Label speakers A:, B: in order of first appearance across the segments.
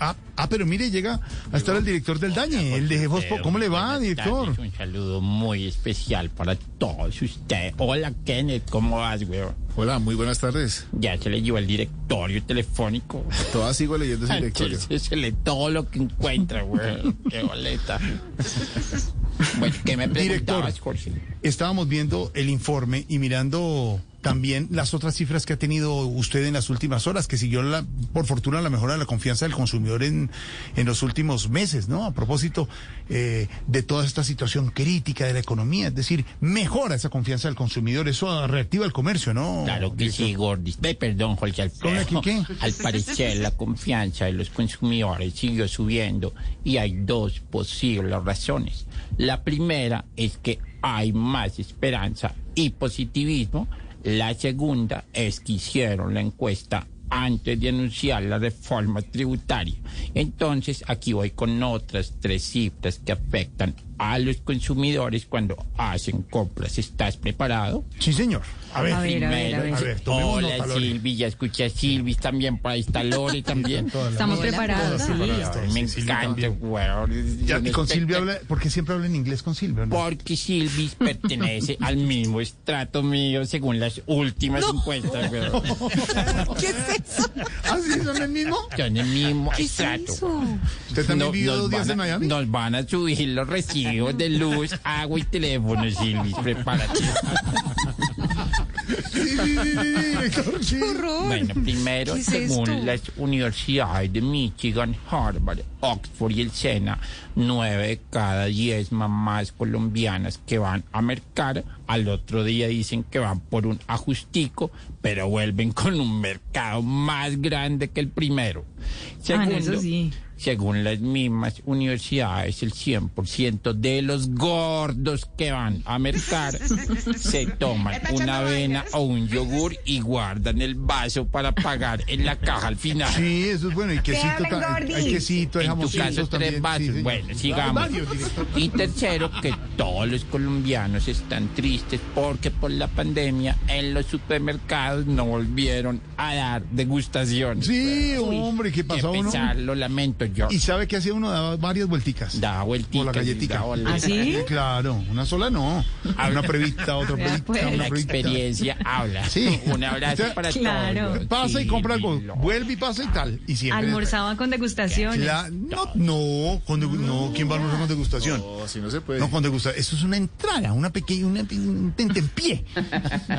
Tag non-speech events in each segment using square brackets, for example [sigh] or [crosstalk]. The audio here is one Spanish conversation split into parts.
A: Ah, ah, pero mire, llega a estar el director del DAñe, el de Jefospo. ¿Cómo le va, director?
B: Un saludo muy especial para todos ustedes. Hola, Kenneth, ¿cómo vas, weón?
A: Hola, muy buenas tardes.
B: Ya se leyó el directorio telefónico.
A: Todas sigo leyendo ese directorio.
B: Se, se lee todo lo que
A: [laughs]
B: encuentra, weón. Qué boleta. Bueno, ¿qué me
A: Director,
B: preguntabas, Jorge?
A: estábamos viendo el informe y mirando también las otras cifras que ha tenido usted en las últimas horas, que siguió la, por fortuna la mejora de la confianza del consumidor en, en los últimos meses, ¿no? A propósito eh, de toda esta situación crítica de la economía, es decir, mejora esa confianza del consumidor, eso reactiva el comercio, ¿no?
B: Claro que sí, Gordis. Ve, perdón, Jorge Alfredo.
A: ¿Cómo que
B: Al parecer, la confianza de los consumidores siguió subiendo y hay dos posibles razones. La primera es que hay más esperanza y positivismo. La segunda es que hicieron la encuesta antes de anunciar la reforma tributaria. Entonces, aquí voy con otras tres cifras que afectan a los consumidores cuando hacen compras. ¿Estás preparado?
A: Sí, señor. A ver,
C: A ver, a ver, a ver.
A: a ver, tomemos
B: Hola
A: nota, Lore.
B: Silvi, ya escuché a Silvi también, por ahí está Lore también.
A: [laughs] Todas las-
C: Estamos
A: todas
C: preparados.
A: las-
C: Sí,
A: todas las-
B: Me
A: sí, Silvia
B: encanta,
A: también.
B: weón.
A: Ya, y con Silvia habla, porque siempre habla en inglés con Silvia. ¿no?
B: Porque Silvi pertenece al mismo estrato mío según las últimas encuestas, weón.
C: ¿Qué es eso?
A: Ah, sí, son el mismo.
B: Son el mismo
C: ¿Qué es
B: estrato.
C: eso?
A: ¿Usted también
B: No-
A: vivió
B: nos
A: dos días
B: van
A: en
B: a-
A: Miami?
B: Nos van a subir los recibos de luz, agua y teléfono, Silvi. Prepárate.
A: Sí, sí, sí, sí, sí, director, [laughs] sí.
C: Horror.
B: Bueno, primero,
C: ¿Qué es
B: según
C: esto?
B: las universidades de Michigan, Harvard, Oxford y el SENA, nueve de cada diez mamás colombianas que van a mercar, al otro día dicen que van por un ajustico, pero vuelven con un mercado más grande que el primero.
C: Ah, no,
B: Segundo,
C: eso sí.
B: según las mismas universidades, el 100% de los gordos que van a mercar se toman una avena o un yogur y guardan el vaso para pagar en la caja al final.
A: Sí, eso es bueno. Y quesito
C: hablan,
A: también.
C: Gordy.
A: Hay quesito, hay
B: En tu
A: jamoncitos
B: caso,
A: también.
B: tres vasos.
A: sí, señor.
B: bueno,
A: Hay
B: sigamos.
A: varios, director.
B: Y tercero, que todos los colombianos están tristes porque por la pandemia en los supermercados no volvieron a dar degustaciones.
A: Sí, hombre, ¿qué
B: Que
A: pasó uno?
B: pesar, lo lamento yo.
A: ¿Y sabe qué hacía uno? Daba varias vuelticas.
B: Da vueltica.
A: Por la galletica. [laughs]
C: ¿Ah, sí?
A: Claro, una sola no. Una prevista, otra
C: Ya,
A: prevista,
C: pues.
A: una
B: La
A: prevista.
B: experiencia habla.
A: Sí.
B: Un abrazo
A: Usted-
B: para
C: Claro.
B: todos.
A: Pasa y compra algo.
B: Silvio.
A: Vuelve y pasa y tal. Y siempre.
C: Almorzaba con degustaciones.
A: La- no, no, con degu- no, ¿quién va a almorzar con degustación?
D: No, si no se puede.
A: No con degustación. Eso es una entrada, una pequeña, una, un tentempié.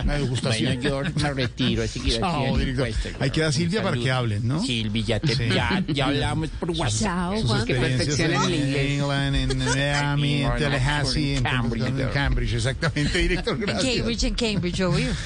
A: Una degustación.
B: Bueno, yo me retiro, así que
A: Chao,
B: aquí en
A: director.
B: encuesta,
A: Ahí queda
B: un
A: Silvia para
B: saludo.
A: que hablen, ¿no?
B: Silvia, ya, te,
A: Sí.
B: ya, ya hablamos por WhatsApp.
C: Chao,
A: sus
C: Juan.
A: experiencias en
C: perfeccionen el inglés.
A: England, en Miami, en
B: Bueno,
A: Tallahassee, en
B: Cambridge,
A: Cambridge,
B: doctor.
A: en Cambridge, exactamente, director, gracias.
C: Cambridge en Cambridge, obvio.